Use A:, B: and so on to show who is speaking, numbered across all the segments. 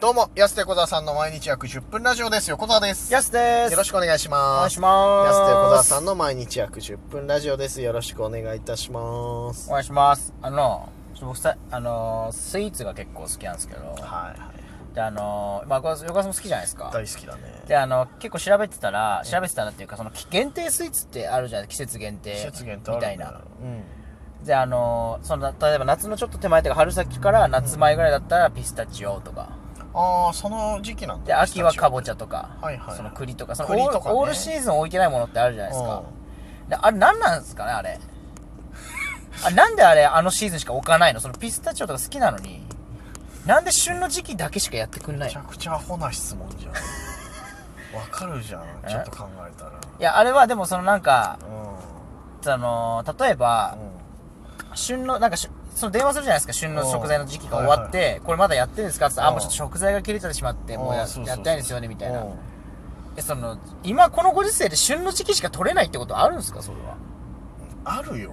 A: どうも、安手小沢さんの毎日約10分ラジオです。横澤です。よ
B: やすです。
A: ろしくお願いし
B: お
A: ま
B: 願い
A: す。
B: します。
A: 安手小沢さん
B: の。
A: の毎日約10分ラジオです。よろしくお願いいたします。
B: お
A: はい
B: 願いします。あの、ちょっと僕さ、あのー、スイーツが結構好きなんですけど、
A: はい。
B: で、あのー、まあ、横澤さんも好きじゃないですか。
A: 大好きだね。
B: で、あの、結構調べてたら、調べてたらっていうか、その、き限定スイーツってあるじゃない季節限定。
A: 季節限定あ
B: み
A: るんだよ
B: たいな。。
A: うん。
B: で、あのー、その、例えば夏のちょっと手前とか、春先から夏前ぐらいだったら、ピスタチオとか。
A: ああ、その時期なんだ。
B: で、秋はカボ
A: チ
B: チャとか。
A: はいはいはい
B: その栗とか、その、
A: 栗
B: オール
A: とかね
B: オールシーズン置いてないものってあるじ
A: ャ
B: ゃないですか。であれ何なんですかね あれあなんであれあのシーズンしか置かないのそのピスタチオとか好きなのになんで旬の時期だけしかやってくんな
A: め
B: い
A: ちゃ
B: の
A: くちゃアホな質問 じゃん。わかるじゃん。
B: え
A: ちょっと考えたら。
B: いやあれはでもそのなんか
A: う
B: あの例えば
A: ん。うん。
B: 旬のなんかしその電話するじゃないですか旬の食材の時期が終わって、
A: うんは
B: これまだやってるんですかって言ったら、
A: うん
B: あもうちょっと食材が切れてしまってもう
A: あ
B: や
A: ーそうそうそう
B: やってないですよねみたいな
A: うん
B: えその今このご時世で旬の時期しか取れないってことあるんですかそれは
A: あるよ。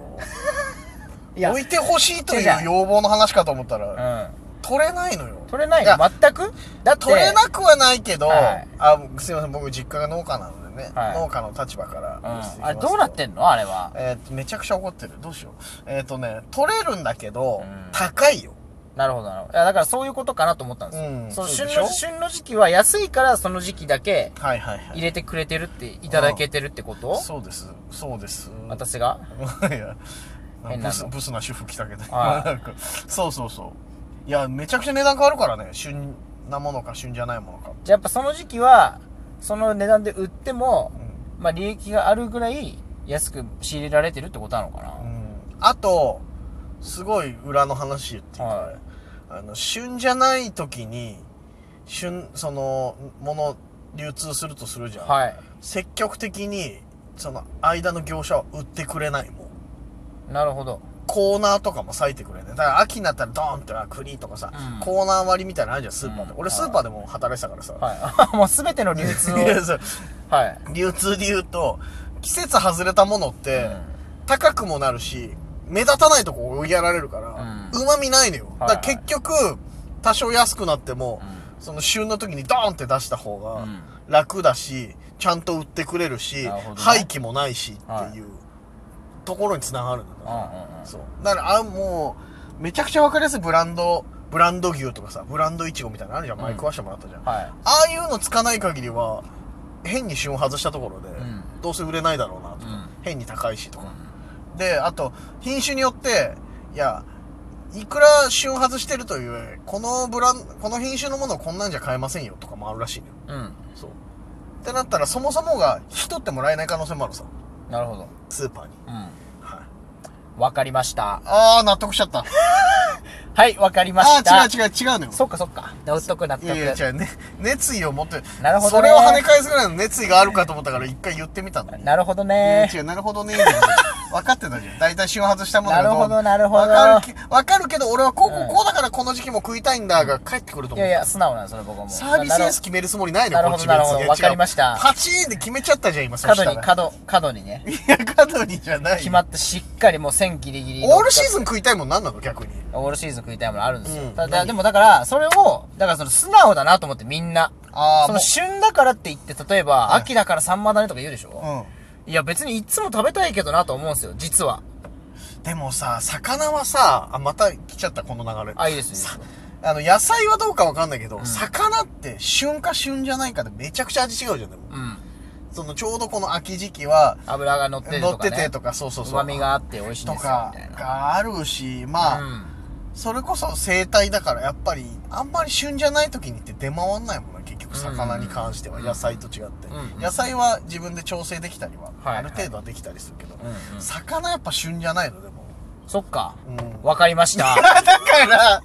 B: いや
A: 置いてほしいとい
B: じゃあ
A: う要望の話かと思ったら。
B: うん
A: 取れないのよ
B: 取れない
A: いや
B: の全くだって
A: 取れなくはないけど、
B: はい
A: あすいません僕実家が農家なのでね、
B: はい
A: 農家の立場から言わせてい
B: うん、
A: ただ
B: あ
A: き
B: れ
A: ますと
B: どうなってんのあれは
A: えーっとめちゃくちゃ怒ってるどうしようえーっ、とね取れるんだけど、
B: うん
A: 高いよ
B: なるほどなるほど。いや、だからそういうことかなと思ったんですよ。
A: うん
B: その
A: そう
B: 旬
A: でしょ
B: の、旬の時期は安いからその時期だけ
A: はいはいは
B: 入
A: い
B: れてくれてるって、いただけてるってこと
A: そうですそうです
B: 私が
A: いや
B: 変なの
A: ブスブスな主婦来たけど、
B: はい
A: なんかそうそうそういやめちゃくちゃ値段変わるからね旬なものか旬じゃないものか、
B: じゃあやっぱその時期は、その値段で売っても
A: う、ん
B: まあ利益があるぐらい安く仕入れられてるってことなのかな、
A: うんあとすごい裏の話言っていいかな
B: はい
A: あの旬じゃない時に旬そのもの流通するとするじゃん、
B: はい。
A: 積極的にその間の業者は売ってくれないもん
B: なるほど。
A: コーナーとかも割いてくれないだから秋になったらドーンってな栗とかさ、
B: うん
A: コーナー割りみたいなのあるじゃんスーパーで、
B: うん
A: 俺スーパーでも働いてたからさ、
B: はい。 もうすべての流通 を。
A: いやそう
B: はい。
A: 流通で言うと季節外れたものって、高くもなるし目立たないとこ追いやられるから
B: うん
A: うま、みないのよ、
B: はいは
A: だ
B: い
A: から結局多少安くなっても、
B: う
A: その旬の時にドーンって出した方が
B: うん
A: 楽だし、ちゃんと売ってくれるし、
B: なるほどね
A: 廃棄もないし
B: はい
A: っていうところにつながるんだ
B: ん。う
A: か
B: んうんうん
A: ら。そう。だから、あ、もう、めちゃくちゃわかりやすいブランド、ブランド牛とかさ、ブランドイチゴみたいなのあるじゃん。
B: うん
A: 前食わしてもらったじゃん。あ
B: はい。
A: あいうのつかない限りは、変に旬を外したところで、
B: ん
A: どうせ売れないだろうなと
B: う
A: か、
B: ん。
A: 変に高いしとか。で、あと、品種によって、いや、いくら旬外してるというえ、このブラン、この品種のものをこんなんじゃ買えませんよとかもあるらしいのよ。
B: うん。
A: そう。ってなったら、そもそもが引き取ってもらえない可能性もあるさ。
B: なるほど。
A: スーパーに。
B: うん。
A: はい。
B: わかりました。
A: あー、納得しちゃった。
B: はい、わかりま
A: あ
B: した。
A: ー、違う違う違うのよ。
B: そっかそっか。納得納
A: い
B: 得。
A: やいや違う、ね、熱意を持って、
B: なるほ
A: そ
B: どね
A: れを跳ね返すぐらいの熱意があるかと思ったから一回言ってみたのに。
B: なるほど
A: いや
B: ね
A: 違う、なるほど ね。分かってたじゃん。大体旬外したものがう
B: なるほどなるほど
A: 分かるけ、わかるけど、俺はこうこ
B: うん
A: うこうだからこの時期も食いたいんだが帰ってくると
B: い
A: 思う。
B: やいや、素直なんです、それ僕はもう。
A: サービスエース決めるつもりないの
B: なるほど
A: こっち
B: なるほど
A: 別に
B: わかりました
A: 違うパチーンで決めちゃったじゃん、今、そ
B: 角
A: した
B: に、
A: ら。
B: 角、角にね。
A: いや、角にじゃないよ。
B: 決まってしっかりもう線ギリギリ。
A: オールシーズン食いたいもんなんなの逆に。
B: オールシーズン食いたいものあるんですよ。
A: うん
B: ただ
A: 何
B: でもだから、それを、だからその素直だなと思ってみんな。
A: あ
B: その旬だからって言って、例えば、
A: はい
B: 秋だからサンマだねとか言うでしょ、
A: も
B: いや、別にいつも食べたいけどなと思うんですよ、実は。
A: うん。でもさ、魚はさ、あ、また来ちゃった、この流れ。
B: あ、いいです
A: さ
B: ね。
A: あの、野菜はどうかわかんないけど、
B: ん
A: 魚って旬か旬じゃないかでめちゃくちゃ味違うじゃん、でも。
B: うん。
A: その、ちょうどこの秋時期は、
B: 油が乗ってる
A: 乗
B: と
A: っ
B: か、ね。
A: ててとか、そうそうそう。
B: 旨味があって美味しいん
A: と
B: ですよ
A: か、
B: みたいな。
A: があるし、まあ、
B: うん。
A: それこそ生態だからやっぱりあんまり旬じゃない時にって出回んないもんね結局魚に関しては
B: うん
A: 野菜と違って、
B: うん
A: 野菜は自分で調整できたりは
B: はい
A: ある程度はできたりするけど、
B: うんうん
A: 魚やっぱ旬じゃないのでも
B: そっか。
A: うん
B: わかりました。
A: だから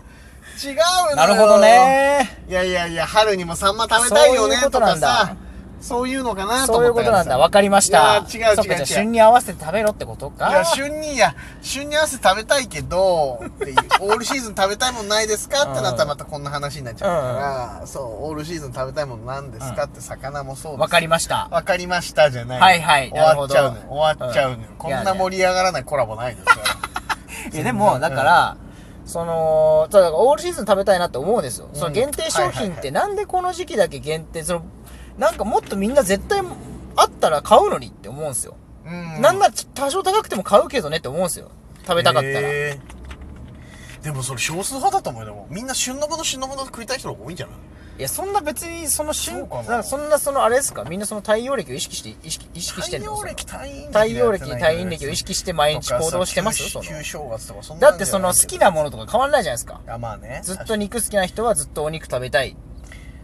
A: 違うの
B: な
A: よ
B: るほどね。
A: いやいやいや春にもサンマ食べたいよね
B: そういうこ
A: と
B: と
A: か
B: なんだ
A: さそういうのかなと
B: そうい
A: 思
B: う
A: った
B: こ
A: け
B: と
A: ど
B: な
A: さ
B: んだ。わかりました。
A: いや違う違う
B: そっかじゃあ
A: 違う
B: 旬に合わせて食べろってことか。
A: いや旬にいや旬に合わせて食べたいけどっていうオールシーズン食べたいもんないですかってなったらまたこんな話になっちゃうから、そうオールシーズン食べたいもんなんですかって魚もそうです
B: わかりました。
A: わかりましたじゃない
B: はいはいな
A: 終わ
B: るほ
A: っ
B: ど
A: ちゃうのよ終わっちゃうのよ、
B: うん
A: こんな盛り上がらないコラボないですから
B: いやでも、だから、その、ただからオールシーズン食べたいなって思うんですよ。
A: ん
B: その限定商
A: はいはい
B: 品
A: はい
B: ってなんでこの時期だけ限定、その、なんかもっとみんな絶対あったら買うのにって思うんですよ。
A: うん
B: なんなら多少高くても買うけどねって思うんですよ。食べたかったら。
A: へーでもそれ少数派だと思うよでもみんな旬のもの旬のもの食いたい人の方が多いんじゃない
B: いや、そんな別に、その
A: そ
B: 瞬
A: うかな
B: 間、そんな、その、あれですか、みんなその太陽暦を意識して、意識、意識してんの
A: 太陽暦退院
B: その太陽暦、退院暦を意識して毎日行動してます
A: と
B: その
A: か。旧旧正月とかそんな
B: だ
A: ん
B: ってその好き
A: な
B: なものとか変わんないじゃないですか。
A: あまあね
B: ずっと肉好きな人はずっとお肉食べたい。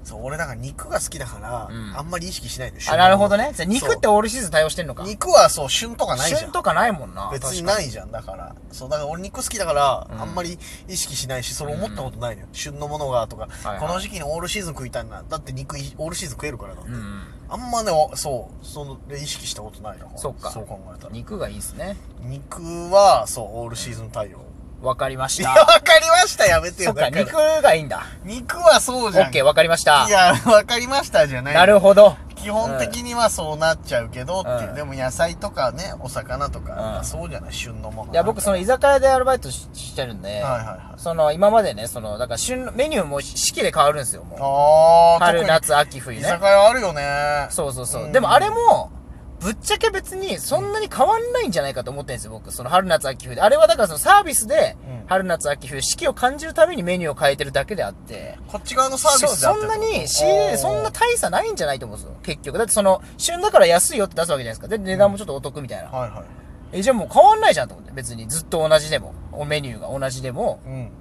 A: そう俺だから肉が好きだから、
B: うん
A: あんまり意識しないでしょ
B: あ、なるほどね。じゃあ肉って
A: そう
B: オールシーズン対応してんのか。
A: 肉はそう旬とかないじゃん
B: 旬とかないもんな。
A: 別に
B: 確か
A: ないじゃんだからそうだから俺肉好きだから、
B: うん
A: あんまり意識しないしそれ思ったことないのよ、旬のものがとか、
B: いはい
A: この時期にオールシーズン食いたいなだって肉いオールシーズン食えるからだって、
B: にうん。
A: あんまねおそうその意識したことないな
B: そっか
A: そう考えたら
B: 肉がいいですね。
A: 肉はそうオールシーズン対応
B: わかりまし
A: いやわ
B: た。
A: かりましたやめて
B: そ
A: よ
B: っか、
A: だ
B: 肉
A: ら
B: がいいんだ。
A: 肉はそう
B: オ
A: じゃん
B: ッケー、わかりました
A: い。やわかりましたじゃない
B: なるほど。
A: 基本的にはそうなっちゃうけどっていう、
B: うん
A: でも野菜とかねお魚とか、
B: うん
A: そうじゃない旬のもの
B: いや、僕、そ
A: の
B: の居酒屋でアルバイトししてるんで、
A: はいはいはい
B: その、今までね、その、だから旬の、メニューも四季で変わるんですよ、もう。
A: ああ
B: 春、夏、秋、冬
A: 居
B: ね
A: 酒。屋あるよね
B: そうそうそう。
A: うん
B: でもあれも、ぶっちゃけ別にそんなに変わんないんじゃないかと思ってるんですよ、僕。その春、夏、秋、冬で。あれはだからそのサービスで
A: う、ん
B: 春、夏、秋、冬、四季を感じるためにメニューを変えてるだけであって。
A: こっち側のサービ
B: そ
A: スだ
B: そんなに仕入れ、そんな
A: は
B: 大差ないんじゃないと思うんですよ、結局。だってその、旬だから安いよって出すわけじゃないですか。で、値段もちょっとお得みたいな。
A: いはい
B: え、じゃあもう変わんないじゃんと思って。別にずっと同じでも、おメニューが同じでも、
A: うん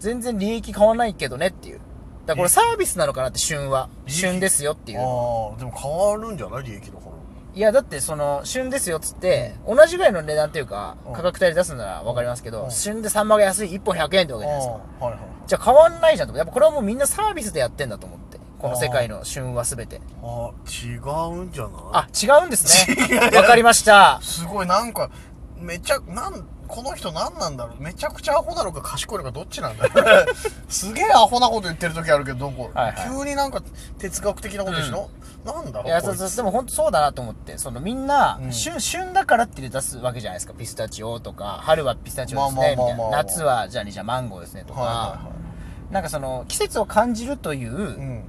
B: 全然利益変わんないけどねっていう。だからこれサービスなのかなって、旬は。
A: 利益
B: 旬ですよっていう
A: あ
B: のは。
A: あでも変わるんじゃない利益の方
B: いや、だってその、旬ですよっつって、同じぐらいの値段っていうか
A: う、ん
B: 価格帯で出すならわかりますけど、
A: うん
B: 旬でサンマが安い1本100円ってわけじゃないですか。
A: ああはいはいはい
B: じゃあ変わんないじゃんと思って。やっぱこれはもうみんなサービスでやってんだと思って。この世界の旬は全て。
A: あ違うんじゃない
B: あ、違うんですね。わかりました。
A: すごいなんかめちゃなんこの人何なんだろうめちゃくちゃアホなのか賢いのかどっちなんだ ろうすげえアホなこと言ってる時あるけどなんか、
B: はいはい
A: 急になんか哲学的なことでしょ、なんだろう
B: いや、
A: こ
B: そう
A: いつ
B: そう、でも本当そうだなと思って。そのみんな
A: う、ん
B: 旬、旬だからって出すわけじゃないですか。ピスタチオとか、春はピスタチオです
A: まあま
B: ね。
A: あ
B: み
A: まあ
B: たい
A: ま
B: な。
A: あ
B: 夏は、じゃあね、じゃあマンゴーですね。と
A: は
B: か。なんかその、季節を感じるとい
A: いはいはいう
B: うん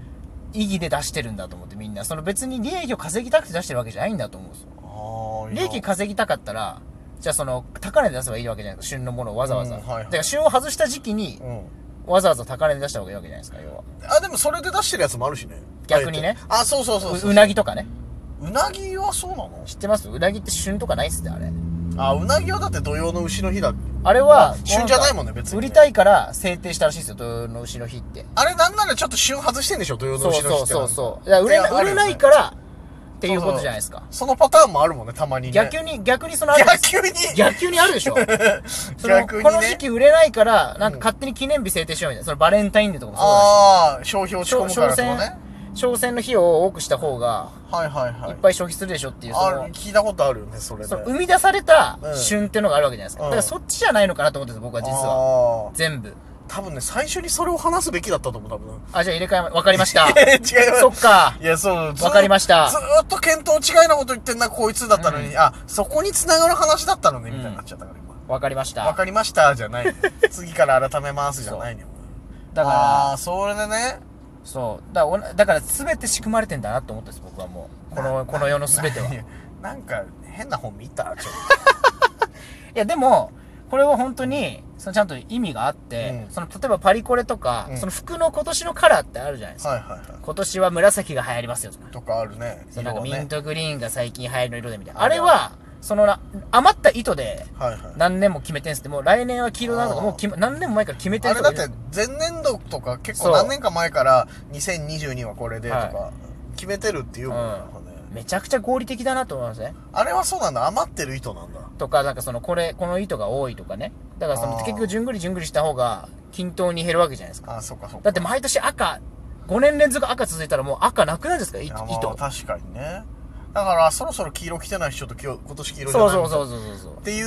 B: 意義で出してるんだと思って、みんな。その別に利益を稼ぎたくて出してるわけじゃないんだと思うんですよ。
A: ああいいな
B: 利益稼ぎたかったら、じゃあその、高値で出せばいいわけじゃないですか。旬のものをわざわざ。
A: うんはいはい
B: だから旬を外した時期に
A: う、ん
B: わざわざ高値で出した方がいいわけじゃないですか、要は。
A: あでもそれで出してるやつもあるしね
B: 逆にね
A: あえてあそうそうそう
B: う
A: そう
B: うなぎとかね。
A: うなぎはそうなの
B: 知ってますうなぎって旬とかないっすね、あれ。
A: あうなぎはだって土曜の牛の日だ
B: あれは、
A: 旬
B: か
A: じゃないもんね別にね
B: 売りたいから制定したらしいんですよ、土曜の牛の日って。
A: あれなんならちょっと旬外してんでしょ土曜の
B: そう
A: 牛の日
B: そ
A: っ
B: う
A: て
B: そうそう。だから売れな
A: ってあ
B: 売
A: る
B: れ
A: よね
B: ないから、っていうことじゃないですか。
A: そのパターンもあるもんねたまにね
B: 逆に、逆にそのある
A: 逆に
B: 逆にある でしょその
A: 逆にね
B: この時期売れないから、なんか勝手に記念日制定しようみたいな。そのバレンタインデーとかもそうだし。
A: ああ、消費落ち込
B: 商
A: むから
B: 商
A: とか
B: 戦
A: ね。、
B: 商戦の費用を多くした方が、
A: はいはいはいい。
B: っぱい消費するでしょっていう、そ
A: あ
B: の、
A: 聞いたことあるよね、それね。
B: その生み出された
A: うん
B: 旬っていうのがあるわけじゃないですか。
A: うん
B: だからそっちじゃないのかなと思ってるんです僕は実は。
A: あー
B: 全部。
A: 多分ね、最初にそれを話すべきだったと思う、多分。。
B: あ、じゃあ入れ替えま、わかりました
A: え、違います。
B: そっか。
A: いや、そう、ず
B: わかりました
A: ずーっと見当違いなこと言ってんな、こいつだったのに。
B: う
A: あ、そこに繋がる話だったのね、みたいになっちゃったから、今。
B: わかりました。
A: わかりました、じゃ ない。次から改めます、じゃないのよ。
B: だ
A: あ
B: か
A: あー、それでね。
B: ら、そう。だからおな、だから全て仕組まれてんだなと思ったんです、僕はもう。この、この世の全て は。
A: い
B: い
A: やなんか、変な本見たちょっ
B: や、でも、これは本当に、そのちゃんと意味があって、
A: うん
B: その、例えばパリコレとか、
A: うん
B: その服の今年のカラーってあるじゃないです
A: と。
B: か。
A: はいはいは
B: 今年は紫が流行りますよとか
A: い。。とかあるね。
B: そうなんか
A: 色
B: ミ
A: はね
B: ントグリーンが最近流行りの色でみたいな。あ
A: ある
B: れ
A: ある
B: は、そのな、余った糸で、
A: はいはい。
B: 何年も決めてんすって、もう来年は黄色だとか、
A: あー
B: もう決め何年も前から決めて
A: あ
B: る
A: れ
B: と
A: だ
B: か
A: っ
B: 言う
A: て前年度とか結
B: そう
A: 構何年か前から2022はこれでと
B: は
A: か決めてるっていうもんなんかね、
B: めちゃくちゃ合理的だなと思いますね。
A: あれはそうなんだ余ってる糸なんだ
B: とか、なんかその、これ、この糸が多いとかね。だからその、
A: あー
B: 結局、じゅんぐりじゅんぐりした方が、均等に減るわけじゃないですか。
A: あそっかそっか
B: だって毎年赤、5年連続赤続いたらもう赤なくなるんですから、い
A: いや
B: 糸
A: ま。あ確かにねだからそろそろ黄色着てない人と今日今年黄色じゃ
B: そ
A: な
B: う
A: い
B: そう
A: の
B: そうそうそうそう
A: っ。てい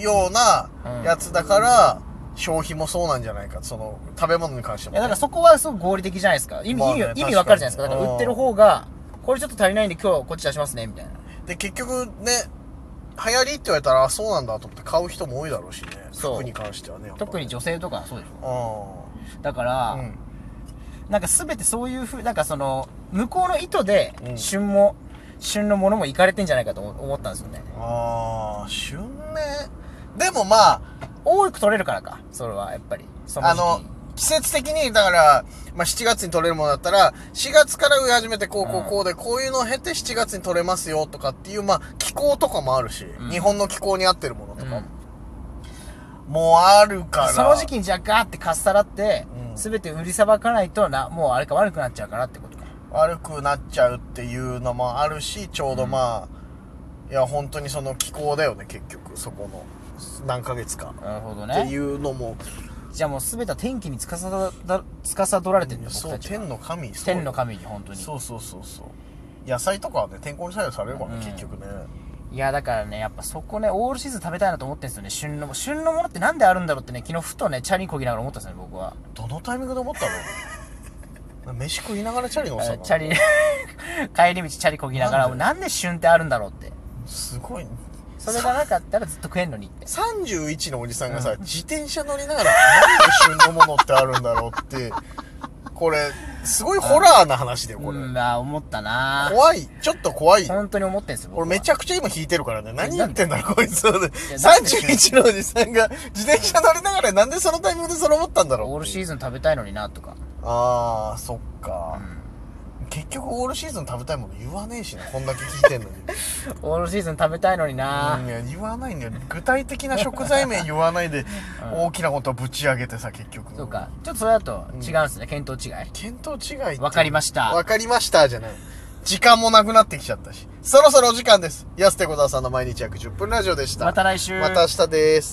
A: うようなやつだから、消費もそうなんじゃないかその食べ物に関して
B: い
A: も、
B: や、
A: ね、
B: だからそこはすごく合理的じゃないですか。意味、
A: まあね
B: 意味、
A: 確
B: 意味
A: かに
B: わかるじゃないですか。だから
A: うん
B: 売ってる方が、これちょっと足りないんで今日はこっち出しますね、みたいな。
A: で結局ね流行りって言われたらあそうなんだと思って買う人も多いだろうしね
B: そう
A: 服に関してはねやっぱ
B: 特に女性とかそうでし
A: う
B: ょだから、
A: んうん
B: なんか全てそういうふうなんかその向こうの意図で
A: うん
B: 旬も、旬のものもいかれてんじゃないかと思思ったんですよね
A: ああ旬ねでもまあ
B: 多く取れるからかそれはやっぱりその
A: あ
B: 時期
A: の季節的にだから、まあ、7月に取れるものだったら4月から植え始めてこうこ
B: うん
A: うこうで、こういうのを経て7月に取れますよとかっていう、まあ、気候とかもあるし、
B: ん
A: 日本の気候に合ってるものとか
B: うん
A: もうあるから
B: その時期にじゃあガーってかっさらって、
A: うん
B: 全て売りさばかないとなもうあれか悪くなっちゃうからってことか
A: 悪くなっちゃうっていうのもあるしちょうどまあ、いや本当にその気候だよね結局そこの何ヶ月か、
B: なるほど
A: ってい
B: ね
A: うのも
B: じゃあもう全ては天気に司さだ司られてるんだ僕
A: そう
B: たちは
A: 天の神そう
B: 天の神に本当に
A: そうそうそうそう野菜とかはね天候に左右されるからね、
B: うん
A: 結局ね
B: いやだからねやっぱそこねオールシーズン食べたいなと思ってんですよね旬の旬のものってなんであるんだろうってね昨日ふとねチャリンこぎながら思ったんですよね僕は
A: どのタイミングで思った の飯食いながらチャリ乗ってたの
B: チャリ帰り道チャリこぎながら
A: なんで
B: なんで旬ってあるんだろうって
A: すごい
B: それがなかったらずっと食えんのにって
A: 31のおじさんがさ、自転車乗りながらなんで旬のものってあるんだろうってこれすごいホラーな話だよこ
B: う
A: れ、
B: んまあ思ったな
A: 怖いちょっと怖いよ
B: 本当に思ってんですよ僕は
A: 俺めちゃくちゃ今引いてるからね。何
B: な
A: 言
B: ん
A: っ
B: で
A: てんだろう、こいつ。
B: やなんで
A: 31のおじさんが自転車乗りながらなんでそのタイミングでそれ思ったんだろう。
B: オールシーズン食べたいのになとか
A: あー、そっか。結局オールシーズン食べたいもの言わねえしな、こんだけ聞い てんのに。
B: オールシーズン食べたいのにない
A: や言わないんだよ具体的な食材名言わないで大きなことをぶち上げてさ結局
B: そうかちょっとそれだと違うんですね見当違い
A: 見当違い
B: わかりま
A: し
B: した
A: わかりましたじゃない時間もなくなってきちゃったしそろそろお時間です安手小沢さんの毎日約10分ラジオでした
B: また来週
A: また明日です